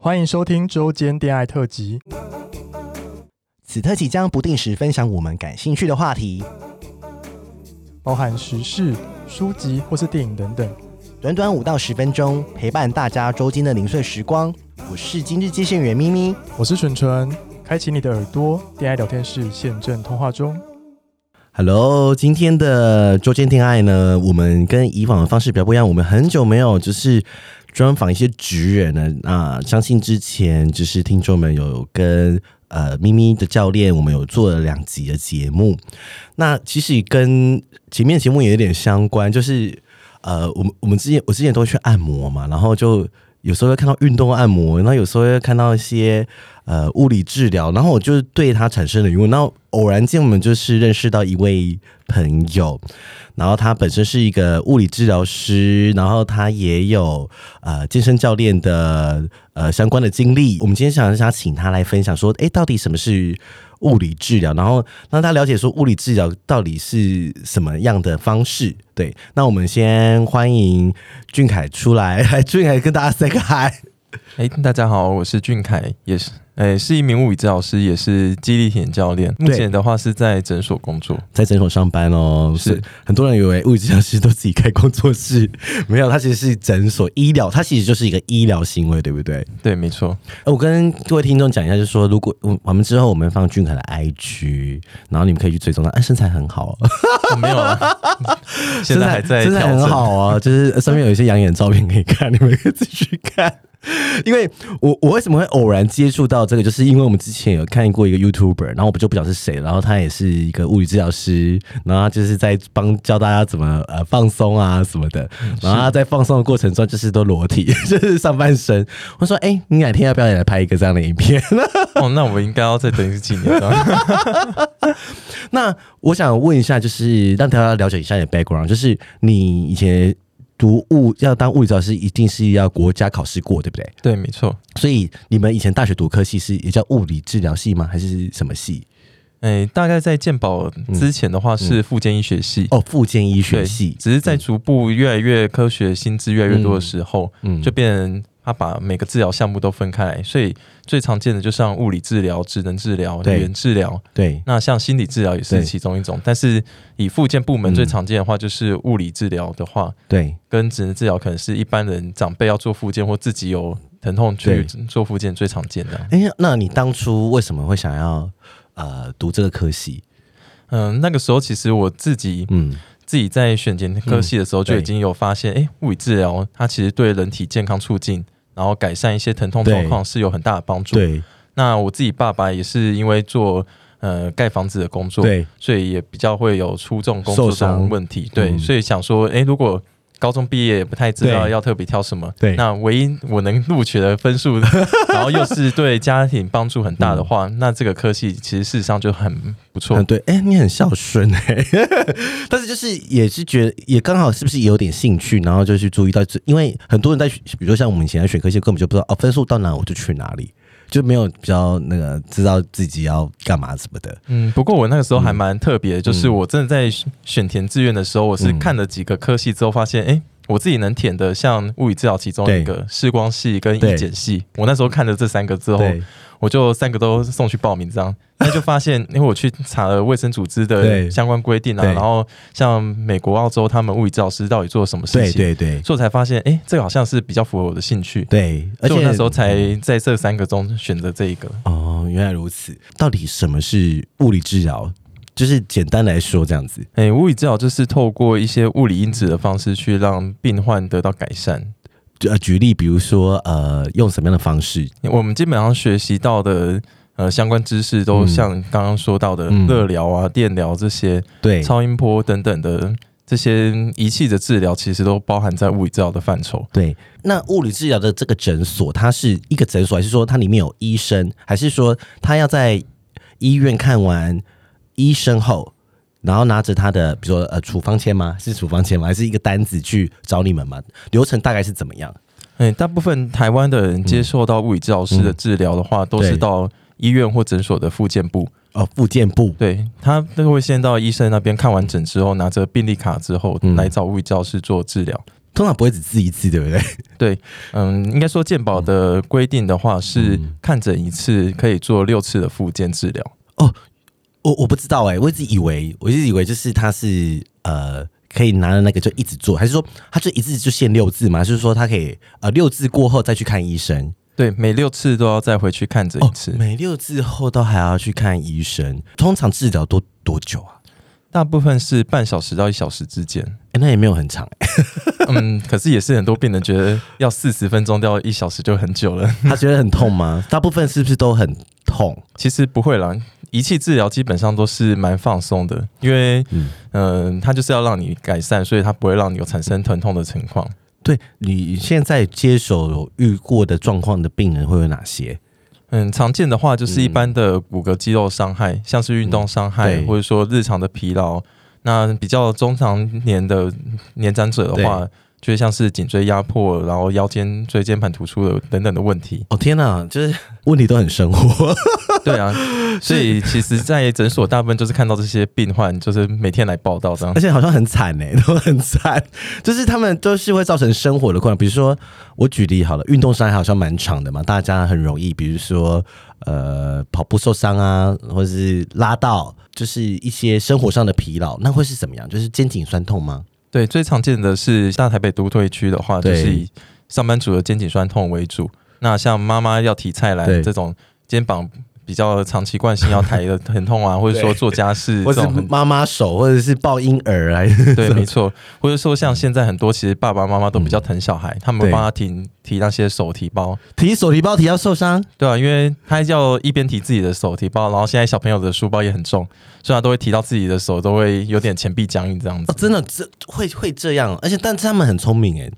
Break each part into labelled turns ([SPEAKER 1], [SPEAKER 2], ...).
[SPEAKER 1] 欢迎收听周间恋爱特辑。
[SPEAKER 2] 此特辑将不定时分享我们感兴趣的话题，
[SPEAKER 1] 包含时事、书籍或是电影等等。
[SPEAKER 2] 短短五到十分钟，陪伴大家周间的零碎时光。我是今日接线员咪咪，
[SPEAKER 1] 我是纯纯，开启你的耳朵，恋爱聊天室现正通话中。
[SPEAKER 2] Hello，今天的周间恋爱呢，我们跟以往的方式比较不一样。我们很久没有就是专访一些职人了。那相信之前就是听众们有跟呃咪咪的教练，我们有做了两集的节目。那其实跟前面节目也有点相关，就是呃，我们我们之前我之前都会去按摩嘛，然后就有时候会看到运动按摩，然后有时候会看到一些呃物理治疗，然后我就是对他产生了疑问。那偶然间我们就是认识到一位朋友，然后他本身是一个物理治疗师，然后他也有呃健身教练的呃相关的经历。我们今天想想请他来分享说，诶，到底什么是物理治疗？然后让他了解说物理治疗到底是什么样的方式。对，那我们先欢迎俊凯出来，来 俊凯跟大家 say 个 hi。
[SPEAKER 3] 哎、大家好，我是俊凯，也是哎、是一名物理治疗师，也是肌力体能教练。目前的话是在诊所工作。
[SPEAKER 2] 在诊所上班哦，
[SPEAKER 3] 是
[SPEAKER 2] 是很多人以为物理治疗师都自己开工作室， 没有，他其实是诊所医疗，他其实就是一个医疗行为，对不对？
[SPEAKER 3] 对，没错，
[SPEAKER 2] 呃我跟各位听众讲一下，就是说，如果嗯我我们之后我们放俊凯的 IG，然后你们可以去追踪他，哎、身材很好哦，
[SPEAKER 3] 我没 有啊， 现
[SPEAKER 2] 身
[SPEAKER 3] 在
[SPEAKER 2] 材
[SPEAKER 3] 还在
[SPEAKER 2] 身
[SPEAKER 3] 调
[SPEAKER 2] 材
[SPEAKER 3] 整
[SPEAKER 2] 很。好啊，就是上面有一些养眼照片可以看，你们可以自己去看。因为我我为什么会偶然接触到这个，就是因为我们之前有看过一个 YouTuber，然后我们就不晓得是谁，然后他也是一个物理治疗师，然后他就是在帮教大家怎么呃放松啊什么的，然后他在放松的过程中就是都裸体， 就是上半身。我说，哎、你哪天要不要也来拍一个这样的影片？
[SPEAKER 3] 哦，那我应该要再等几年 啊了。
[SPEAKER 2] 那我想问一下，就是让大家了解一下你的 background，就是你以前读物要当物理治疗师，一定是要国家考试过，对不对？
[SPEAKER 3] 对，没错。
[SPEAKER 2] 所以你们以前大学读科系是也叫物理治疗系吗？还是什么系？
[SPEAKER 3] 哎、大概在健保之前的话是复健医学系。
[SPEAKER 2] 嗯哦，附件医学
[SPEAKER 3] 对，
[SPEAKER 2] 系。
[SPEAKER 3] 只是在逐步越来越科学、新知越来越多的时候，
[SPEAKER 2] 嗯嗯
[SPEAKER 3] 就变成他把每个治疗项目都分开来，所以最常见的就像物理治疗、职能治疗、
[SPEAKER 2] 对
[SPEAKER 3] 语言治疗，
[SPEAKER 2] 对，
[SPEAKER 3] 那像心理治疗也
[SPEAKER 2] 对
[SPEAKER 3] 是其中一种，但是以复健部门
[SPEAKER 2] 嗯
[SPEAKER 3] 最常见的话，就是物理治疗的话，
[SPEAKER 2] 对，
[SPEAKER 3] 跟职能治疗可能是一般人长辈要做复健或自己有疼痛
[SPEAKER 2] 对
[SPEAKER 3] 去做复健最常见的。
[SPEAKER 2] 哎、那你当初为什么会想要呃读这个科系？
[SPEAKER 3] 嗯，那个时候其实我自己
[SPEAKER 2] 嗯，
[SPEAKER 3] 自己在选填科系的时候就
[SPEAKER 2] 对
[SPEAKER 3] 已经有发现，哎、物理治疗它其实对人体健康促进，然后改善一些疼痛
[SPEAKER 2] 对
[SPEAKER 3] 状况是有很大的帮助。
[SPEAKER 2] 对
[SPEAKER 3] 那我自己爸爸也是因为做呃盖房子的工作，
[SPEAKER 2] 对，
[SPEAKER 3] 所以也比较会有出众工作
[SPEAKER 2] 受伤
[SPEAKER 3] 上问题。对，
[SPEAKER 2] 嗯
[SPEAKER 3] 所以想说，诶，如果高中毕业也不太知道
[SPEAKER 2] 对
[SPEAKER 3] 要特别挑什么，
[SPEAKER 2] 对
[SPEAKER 3] 那唯一我能录取的 分数，然后又是对家庭帮助很大的话，那这个科系其实事实上就很不错
[SPEAKER 2] 嗯，。对，哎、你嗯很孝顺哎、 但是就是也是觉得也刚好是不是有点兴趣，然后就去注意到这，因为很多人在比如说像我们以前在选科系，根本就不知道哦分数到哪我就去哪里，就没有比较那个知道自己要干嘛什么的。
[SPEAKER 3] 嗯，不过我那个时候还蛮特别的，就是我真的在选选填志愿的时候，我是
[SPEAKER 2] 嗯
[SPEAKER 3] 看了几个科系之后发现，诶，我自己能填的，像物理治疗其中
[SPEAKER 2] 对
[SPEAKER 3] 一个视光系跟
[SPEAKER 2] 对
[SPEAKER 3] 医检系，我那时候看了这三个之后，
[SPEAKER 2] 对
[SPEAKER 3] 我就三个都送去报 名这样，那就发现，因为我去查了卫生组织
[SPEAKER 2] 对
[SPEAKER 3] 的相关规定啊，
[SPEAKER 2] 对
[SPEAKER 3] 然后像美国、澳洲他们物理治疗师到底做了什么事
[SPEAKER 2] 对
[SPEAKER 3] 情，
[SPEAKER 2] 对对
[SPEAKER 3] 所以我才发现，哎、这个好像是比较符合我的兴趣，
[SPEAKER 2] 对，而
[SPEAKER 3] 所
[SPEAKER 2] 且
[SPEAKER 3] 以我那时候才在这三个中选择这一个。
[SPEAKER 2] 哦，原来如此。到底什么是物理治疗？就是简单来说这样子。
[SPEAKER 3] 哎、物理治疗就是透过一些物理因子的方式去让病患得到改善。
[SPEAKER 2] 就呃，举例，比如说呃，用什么样的方式？
[SPEAKER 3] 我们基本上学习到的呃相关知识，都
[SPEAKER 2] 嗯
[SPEAKER 3] 像刚刚说到的
[SPEAKER 2] 嗯
[SPEAKER 3] 热疗啊、电疗这些，
[SPEAKER 2] 对，
[SPEAKER 3] 超音波等等的这些仪器的治疗，其实都包含在物理治疗的范畴。
[SPEAKER 2] 对，那物理治疗的这个诊所，它是一个诊所，还是说它里面有医生，还是说他要在医院看完医生后，然后拿着他的比如说呃处方签吗？是处方签吗？还是一个单子去找你们吗？流程大概是怎么样？
[SPEAKER 3] 哎、大部分台湾的人接受到物理治疗师的治疗的话，都
[SPEAKER 2] 对
[SPEAKER 3] 是到医院或诊所的复健部，
[SPEAKER 2] 哦，复健部，
[SPEAKER 3] 对他都会先到医生那边看完诊之后，拿着病历卡之后
[SPEAKER 2] 嗯
[SPEAKER 3] 来找物理治疗师做治疗。
[SPEAKER 2] 通常不会只治一次，对不对？
[SPEAKER 3] 嗯，应该说健保的规定的话是看诊一次可以做六次的复健治疗。
[SPEAKER 2] 我我不知道哎、我一直以为，我一直以为就是他是呃可以拿着那个就一直做，还是说他就一次就限六字嘛？就是说他可以呃六字过后再去看医生
[SPEAKER 3] 对，每六次都要再回去看诊一次。
[SPEAKER 2] 哦每六字后都还要去看医生。通常治疗多多久啊？
[SPEAKER 3] 大部分是半小时到一小时之间。
[SPEAKER 2] 哎、那也没有很长、欸，
[SPEAKER 3] 嗯，可是也是很多病人觉得要四十分钟到一小时就很久了。
[SPEAKER 2] 他觉得很痛吗？大部分是不是都很痛？
[SPEAKER 3] 其实不会啦，仪器治疗基本上都是蛮放松的，因为
[SPEAKER 2] 嗯
[SPEAKER 3] 嗯、呃它就是要让你改善，所以它不会让你有产生疼痛的情况。
[SPEAKER 2] 对你现在接手有遇过的状况的病人会有哪些？
[SPEAKER 3] 嗯，常见的话就是一般的骨骼肌肉伤害，像是运动伤害，
[SPEAKER 2] 对。
[SPEAKER 3] 或者说日常的疲劳。那比较中长年的年长者的话，就像是颈椎压迫，然后腰间椎间盘突出的等等的问题
[SPEAKER 2] 哦天哪，就是 问题都很生活。
[SPEAKER 3] 对啊，所以其实，在诊所大部分就是看到这些病患，就是每天来报道这样
[SPEAKER 2] 而。且好像很惨呢、都很惨，就是他们都是会造成生活的困扰。比如说，我举例好了，运动伤害好像蛮长的嘛，大家很容易，比如说呃跑步受伤啊，或者是拉到，就是一些生活上的疲劳，那会是怎么样？就是肩颈酸痛吗？
[SPEAKER 3] 对，最常见的是大台北都会区的话，就
[SPEAKER 2] 对
[SPEAKER 3] 是以上班族的肩颈酸痛为主。那像妈妈要提菜
[SPEAKER 2] 对
[SPEAKER 3] 篮这种肩膀比较长期惯性要抬的疼 痛啊，或者说做家事
[SPEAKER 2] 或
[SPEAKER 3] 这
[SPEAKER 2] 是
[SPEAKER 3] 种很，
[SPEAKER 2] 妈妈手，或者是抱婴儿啊？
[SPEAKER 3] 对，没错。或者说像现在很多其实爸爸妈妈都比较疼小孩，他们
[SPEAKER 2] 嗯对
[SPEAKER 3] 帮他提提那些手提包，
[SPEAKER 2] 提手提包提到受伤，
[SPEAKER 3] 对啊，因为他要一边提自己的手提包，然后现在小朋友的书包也很重，所以他都会提到自己的手都会有点前臂僵硬这样
[SPEAKER 2] 哦
[SPEAKER 3] 子，。
[SPEAKER 2] 真的这会会这样，哦而且但是他们很聪明哎，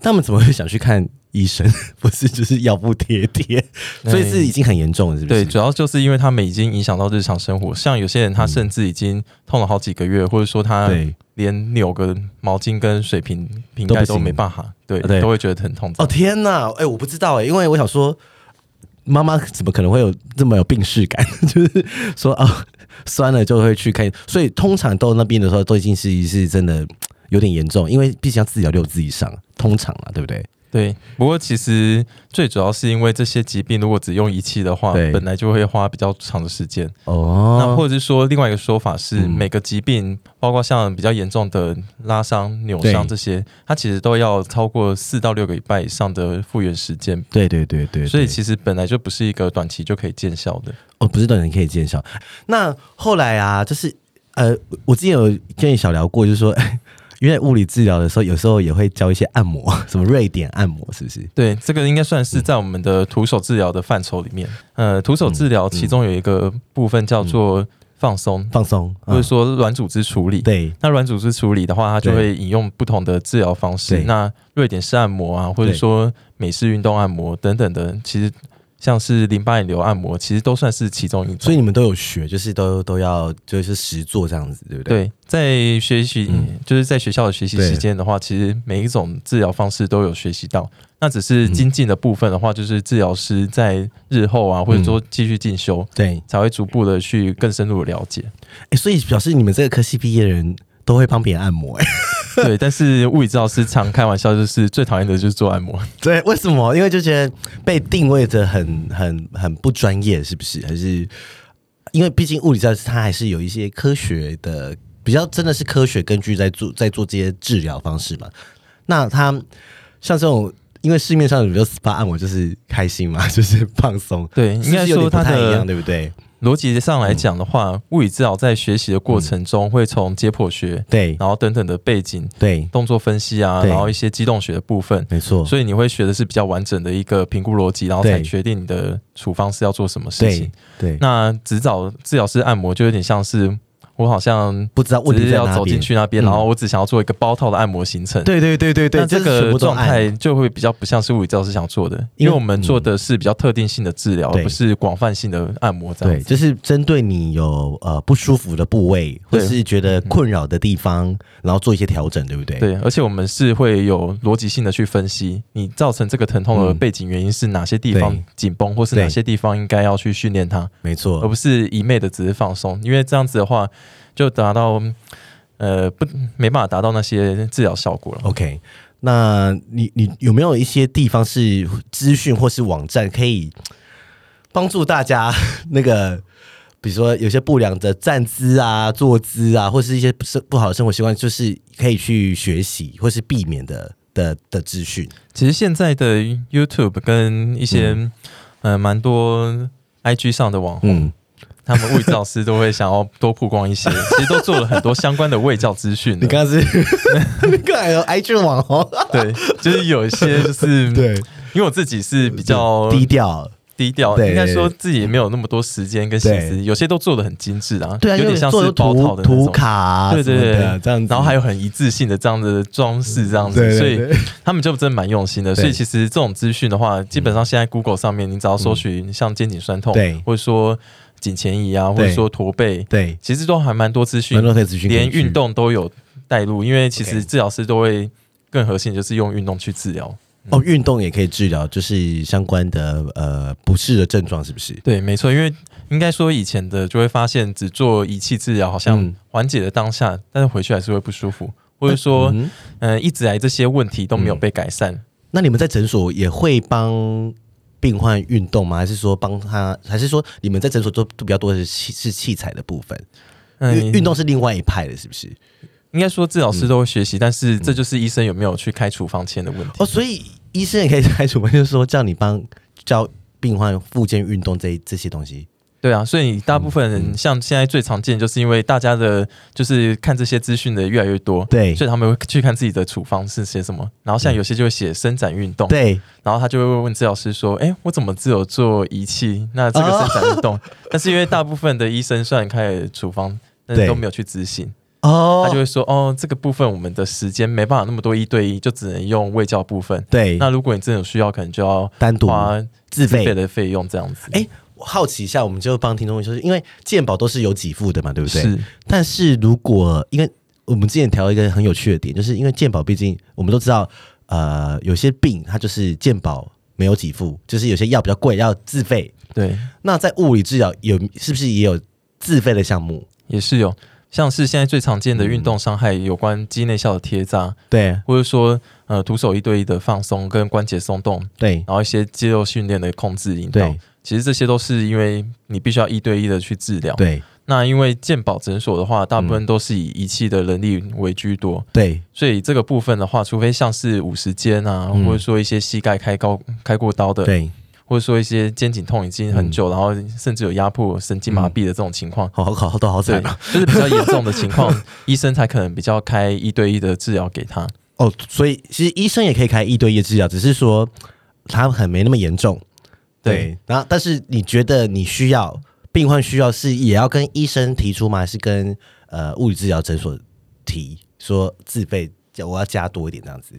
[SPEAKER 2] 他们怎么会想去看医生？ 不是就是药不贴 贴，所以是已经很严重了，是不是？
[SPEAKER 3] 对，主要就是因为他们已经影响到日常生活，像有些人他甚至已经痛了好几个月，或者说他
[SPEAKER 2] 对
[SPEAKER 3] 连扭个毛巾跟水瓶瓶
[SPEAKER 2] 都不
[SPEAKER 3] 盖
[SPEAKER 2] 行
[SPEAKER 3] 都没办法，对，
[SPEAKER 2] 啊对
[SPEAKER 3] 都会觉得疼痛。
[SPEAKER 2] 哦天哪，哎、我不知道哎、因为我想说，妈妈怎么可能会有这么有病逝感？ 就是说啊，酸了就会去看，所以通常到那边的时候都已经是是真的有点严重，因为毕竟要治疗六字以上，通常啊啦，对不对？
[SPEAKER 3] 对，不过其实最主要是因为这些疾病如果只用仪器的话，
[SPEAKER 2] 对
[SPEAKER 3] 本来就会花比较长的时间。那
[SPEAKER 2] 哦，
[SPEAKER 3] 或者是说另外一个说法是，
[SPEAKER 2] 嗯
[SPEAKER 3] 每个疾病，包括像比较严重的拉伤、扭伤
[SPEAKER 2] 对
[SPEAKER 3] 这些，它其实都要超过四到六个礼拜以上的复原时间。
[SPEAKER 2] 对对对对对
[SPEAKER 3] 所以其实本来就不是一个短期就可以见效的。
[SPEAKER 2] 哦，不是短人可以见效。那后来啊，就是呃，我之前有跟你小聊过，就是说， 因为物理治疗的时候，有时候也会教一些按摩， 什么瑞典按摩，是不是？
[SPEAKER 3] 对，这个应该算是在我们的徒手治疗的范畴里面。呃，徒手治疗其中有一个部分叫做放松，
[SPEAKER 2] 放松，
[SPEAKER 3] 或者
[SPEAKER 2] 嗯、
[SPEAKER 3] 说软组织处理。
[SPEAKER 2] 对
[SPEAKER 3] 那软组织处理的话，它就会引用不同的治疗方式
[SPEAKER 2] 对。
[SPEAKER 3] 那瑞典式按摩啊，或者
[SPEAKER 2] 对
[SPEAKER 3] 说美式运动按摩等等的，其实像是淋巴引流按摩，其实都算是其中一
[SPEAKER 2] 所
[SPEAKER 3] 种。
[SPEAKER 2] 以你们都有学，就是都都要就是实做这样子，对不对？
[SPEAKER 3] 对，在学习、
[SPEAKER 2] 嗯
[SPEAKER 3] 就是在学校的学习时间的话，其实每一种治疗方式都有学习到。那只是
[SPEAKER 2] 嗯
[SPEAKER 3] 精进的部分的话，就是治疗师在日后
[SPEAKER 2] 嗯
[SPEAKER 3] 啊，或者说继续进修，
[SPEAKER 2] 对
[SPEAKER 3] 才会逐步的去更深入的了 解。
[SPEAKER 2] 诶所以表示你们这个科系毕业的人都会帮别人按摩、诶
[SPEAKER 3] 对，但是物理治疗师常开玩笑，就是最讨厌的就是做按摩。
[SPEAKER 2] 对，为什么？因为就觉得被定位的很很很不专业，是不是？还是因为毕竟物理治疗师他还是有一些科学的，比较真的是科学根据在做在做这些治疗方式嘛。那他像这种，因为市面上有比如 SPA 按摩就是开心嘛， 就是放松，
[SPEAKER 3] 对，
[SPEAKER 2] 是不
[SPEAKER 3] 应该
[SPEAKER 2] 是有
[SPEAKER 3] 说
[SPEAKER 2] 点
[SPEAKER 3] 他
[SPEAKER 2] 不太一样，
[SPEAKER 3] 的
[SPEAKER 2] 对不对？
[SPEAKER 3] 逻辑上
[SPEAKER 2] 嗯
[SPEAKER 3] 来讲的话，物理治疗在学习的过程中，会从解剖学，
[SPEAKER 2] 对
[SPEAKER 3] 然后等等的背景、
[SPEAKER 2] 对，
[SPEAKER 3] 动作分析啊，
[SPEAKER 2] 对
[SPEAKER 3] 然后一些机动学的部分，
[SPEAKER 2] 没错。
[SPEAKER 3] 所以你会学的是比较完整的一个评估逻辑，然后
[SPEAKER 2] 对
[SPEAKER 3] 才决定你的处方是要做什么事
[SPEAKER 2] 对
[SPEAKER 3] 情。
[SPEAKER 2] 对，
[SPEAKER 3] 那指导治疗师按摩就有点像是我好像
[SPEAKER 2] 不知道问
[SPEAKER 3] 只
[SPEAKER 2] 题
[SPEAKER 3] 是
[SPEAKER 2] 在
[SPEAKER 3] 要
[SPEAKER 2] 哪
[SPEAKER 3] 走进
[SPEAKER 2] 边。
[SPEAKER 3] 去那
[SPEAKER 2] 嗯
[SPEAKER 3] 边，然后我只想要做一个包套的按摩行程。
[SPEAKER 2] 对对对对对，
[SPEAKER 3] 那这
[SPEAKER 2] 就是全
[SPEAKER 3] 个
[SPEAKER 2] 部都
[SPEAKER 3] 状
[SPEAKER 2] 按
[SPEAKER 3] 态就会比较不像是物理治疗师想做的，
[SPEAKER 2] 因为嗯
[SPEAKER 3] 因为我们做的是比较特定性的治疗，
[SPEAKER 2] 对
[SPEAKER 3] 而不是广泛性的按摩这样
[SPEAKER 2] 对，
[SPEAKER 3] 子。
[SPEAKER 2] 就是针对你有呃不舒服的部位，或
[SPEAKER 3] 对嗯
[SPEAKER 2] 是觉得困扰的地方，然后做一些调整，对不对？
[SPEAKER 3] 对，而且我们是会有逻辑性的去分析，你造成这个疼痛的
[SPEAKER 2] 嗯
[SPEAKER 3] 背景原因是哪些地方
[SPEAKER 2] 对
[SPEAKER 3] 紧绷，或是
[SPEAKER 2] 对嗯
[SPEAKER 3] 哪些地方应该要去训练它，
[SPEAKER 2] 没
[SPEAKER 3] 而
[SPEAKER 2] 错，
[SPEAKER 3] 不是一昧的只是放松，因为这样子的话就达到呃不没办法达到那些治疗效果了。
[SPEAKER 2] OK，那你你有没有一些地方是资讯或是网站可以帮助大家那个， 比如说有些不良的站姿啊、坐姿啊，或是一些不是不好的生活习惯，就是可以去学习或是避免的的的资讯？
[SPEAKER 3] 其实现在的 YouTube 跟一些、呃蛮多 IG 上的网红，
[SPEAKER 2] 嗯，
[SPEAKER 3] 他们卫教师都会想要多曝光一些，其实都做了很多相关的卫教资讯的。
[SPEAKER 2] 你刚刚是 你刚才有 IG 网哦红，
[SPEAKER 3] 对，就是有一些 就是，因为我自己是嗯比较
[SPEAKER 2] 低调。
[SPEAKER 3] 低调，
[SPEAKER 2] 对
[SPEAKER 3] 应该说自己也没有那么多时间跟心思，
[SPEAKER 2] 对
[SPEAKER 3] 有些都做的很精致啊，
[SPEAKER 2] 对啊，
[SPEAKER 3] 有
[SPEAKER 2] 因
[SPEAKER 3] 点
[SPEAKER 2] 为
[SPEAKER 3] 像
[SPEAKER 2] 做
[SPEAKER 3] 是包
[SPEAKER 2] 图
[SPEAKER 3] 套的那
[SPEAKER 2] 图
[SPEAKER 3] 种。
[SPEAKER 2] 卡啊
[SPEAKER 3] 对
[SPEAKER 2] 什么
[SPEAKER 3] 对对
[SPEAKER 2] 的，，这样子，
[SPEAKER 3] 然后还有很一致性的这样的装饰，这样子，
[SPEAKER 2] 对对对
[SPEAKER 3] 所以他们就真的蛮用心的。
[SPEAKER 2] 对嗯
[SPEAKER 3] 所以其实这种资讯的话，基本上现在 Google 上面，你只要搜寻像肩颈酸痛，
[SPEAKER 2] 对
[SPEAKER 3] 或者说颈前移啊，或者
[SPEAKER 2] 对
[SPEAKER 3] 说驼背，
[SPEAKER 2] 对，
[SPEAKER 3] 其实都还蛮多资讯
[SPEAKER 2] 蛮，多可以资讯可以
[SPEAKER 3] 连
[SPEAKER 2] 去
[SPEAKER 3] 运动都有带入，因为其实
[SPEAKER 2] OK
[SPEAKER 3] 治疗师都会更核心，就是用运动去治疗。
[SPEAKER 2] 哦，运动也可以治疗，就是相关的呃不适的症状，是不是？
[SPEAKER 3] 对，没错，因为应该说以前的就会发现，只做仪器治疗好像
[SPEAKER 2] 嗯
[SPEAKER 3] 缓解了当下，但是回去还是会不舒服，或者说，嗯、
[SPEAKER 2] 嗯，
[SPEAKER 3] 一直来这些问题都没有被改善。
[SPEAKER 2] 那你们在诊所也会帮病患运动吗？还是说帮他？还是说你们在诊所做做比较多的是器是器材的部分？
[SPEAKER 3] 嗯，
[SPEAKER 2] 因为运动嗯是另外一派的，是不是？
[SPEAKER 3] 应该说治疗师都会学习，但是这就是医生有没有去开处方签的问题。
[SPEAKER 2] 哦，所以医生也可以 开除吗，就是说叫你帮教病患复健运动这一这些东西。
[SPEAKER 3] 对啊，所以大部分
[SPEAKER 2] 嗯
[SPEAKER 3] 人像现在最常见，就是因为大家的就是看这些资讯的越来越多，
[SPEAKER 2] 对嗯
[SPEAKER 3] 所以他们会去看自己的处方是写什么，然后像有些就会写伸展运动，，
[SPEAKER 2] 对，
[SPEAKER 3] 然后他就会问治疗师说，哎，我怎么只有做仪器？那这个伸展运 动，
[SPEAKER 2] 哦
[SPEAKER 3] 但是因为大部分的医生虽然开了处方，但是
[SPEAKER 2] 对
[SPEAKER 3] 都没有去执行，他就
[SPEAKER 2] 哦，
[SPEAKER 3] 会说，哦，这个部分我们的时间没办法那么多一对一，就只能用卫教部分。
[SPEAKER 2] 对，
[SPEAKER 3] 那如果你真的有需要，可能就要
[SPEAKER 2] 单独
[SPEAKER 3] 花
[SPEAKER 2] 自费
[SPEAKER 3] 费的费用这样子。
[SPEAKER 2] 哎、我好奇一下，我们就帮听众说，因为健保都是有给付的嘛，对不对？
[SPEAKER 3] 是。
[SPEAKER 2] 但是如果因为我们之前聊一个很有趣的点，就是因为健保，毕竟我们都知道，呃，有些病它就是健保没有给付，就是有些药比较贵，要自费。
[SPEAKER 3] 对，
[SPEAKER 2] 那在物理治疗有是不是也有自费的项目？
[SPEAKER 3] 也是有，像是现在最常见的运动伤害有关肌内效的贴扎，
[SPEAKER 2] 对
[SPEAKER 3] 或者说呃徒手一对一的放松跟关节松动，
[SPEAKER 2] 对
[SPEAKER 3] 然后一些肌肉训练的控制引导
[SPEAKER 2] 对，
[SPEAKER 3] 其实这些都是因为你必须要一对一的去治疗。
[SPEAKER 2] 对
[SPEAKER 3] 那因为健保诊所的话，大部分都是以仪器的能力为居多，
[SPEAKER 2] 对
[SPEAKER 3] 所以这个部分的话，除非像是五十肩啊，
[SPEAKER 2] 嗯
[SPEAKER 3] 或者说一些膝盖开高开过刀的，
[SPEAKER 2] 对，嗯
[SPEAKER 3] 或者说一些肩颈痛已经很久，然后甚至有压迫、神经麻痹的这种情况，
[SPEAKER 2] 好好好都好
[SPEAKER 3] 对
[SPEAKER 2] 惨，
[SPEAKER 3] 就是比较严重的情况， 医生才可能比较开一对一的治疗给他。
[SPEAKER 2] 哦。所以其实医生也可以开一对一治疗，只是说它很没那么严重。对，然后但是你觉得你需要病患需要是也要跟医生提出吗？还是跟呃物理治疗诊所提说自费，我要加多一点这样子？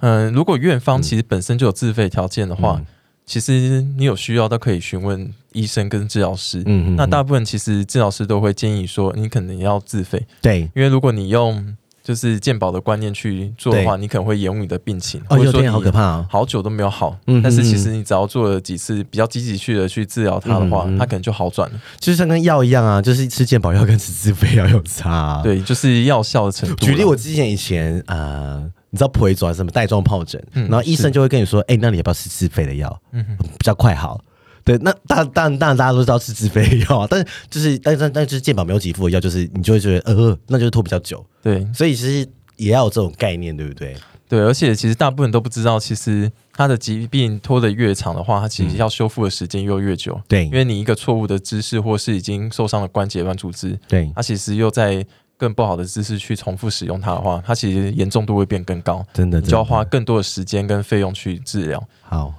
[SPEAKER 3] 嗯、如果院方其实本身就有自费条件的话，
[SPEAKER 2] 嗯
[SPEAKER 3] 其实你有需要都可以询问医生跟治疗师。
[SPEAKER 2] 嗯
[SPEAKER 3] 那大部分其实治疗师都会建议说，你可能要自费，
[SPEAKER 2] 对
[SPEAKER 3] 因为如果你用就是健保的观念去做的话，你可能会延误你的病情，
[SPEAKER 2] 哦，
[SPEAKER 3] 或者
[SPEAKER 2] 有
[SPEAKER 3] 说你
[SPEAKER 2] 点好可怕哦。
[SPEAKER 3] 好久都没有好。
[SPEAKER 2] 嗯
[SPEAKER 3] 但是其
[SPEAKER 2] 嗯
[SPEAKER 3] 实你只要做了几次比较积极去的去治疗它的话，
[SPEAKER 2] 嗯嗯
[SPEAKER 3] 它可能就好转了。
[SPEAKER 2] 就是像跟药一样啊，就是吃健保药跟吃自费药有差、。啊
[SPEAKER 3] 对，就是药效的程度啦。啊
[SPEAKER 2] 举例，我之前以前啊、呃你知道普维佐还是什么带状疱疹，
[SPEAKER 3] 嗯
[SPEAKER 2] 然后医生就会跟你说，哎、那你要不要吃自费的药？
[SPEAKER 3] 嗯哼
[SPEAKER 2] 比较快好。对，那当当然当然大家都知道吃自费药啊，但 是就是但但但就是健保没有给付的药，就是你就会觉得呃，那就是拖比较久，
[SPEAKER 3] 对
[SPEAKER 2] 所以其实也要有这种概念，对不对？
[SPEAKER 3] 对，而且其实大部分人都不知道，其实他的疾病拖得越长的话，他其实要修复的时间又越久。
[SPEAKER 2] 嗯对
[SPEAKER 3] 因为你一个错误的姿势，或是已经受伤的关节软组织，
[SPEAKER 2] 对
[SPEAKER 3] 它其实又在更不好的姿势去重复使用它的话，它其实严重度会变更高，
[SPEAKER 2] 真的
[SPEAKER 3] 你就要
[SPEAKER 2] 真的
[SPEAKER 3] 花更多的时间跟费用去治疗。
[SPEAKER 2] 好、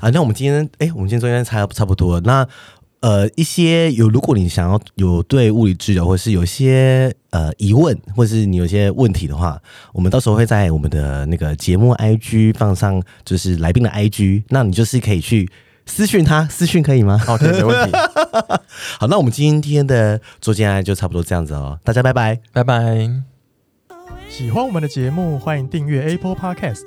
[SPEAKER 2] 啊，那我们今天哎、我们今天中间差差不多了。那呃，一些有如果你想要有对物理治疗，或是有一些呃疑问，或是你有一些问题的话，我们到时候会在我们的那个节目 IG 放上，就是来宾的 IG，那你就是可以去私讯他，私讯可以吗？
[SPEAKER 3] OK，没问题，
[SPEAKER 2] 好，那我们今天的做进来就差不多这样子哦，大家拜拜。
[SPEAKER 3] 拜拜。
[SPEAKER 1] 喜欢我们的节目，欢迎订阅 Apple Podcast，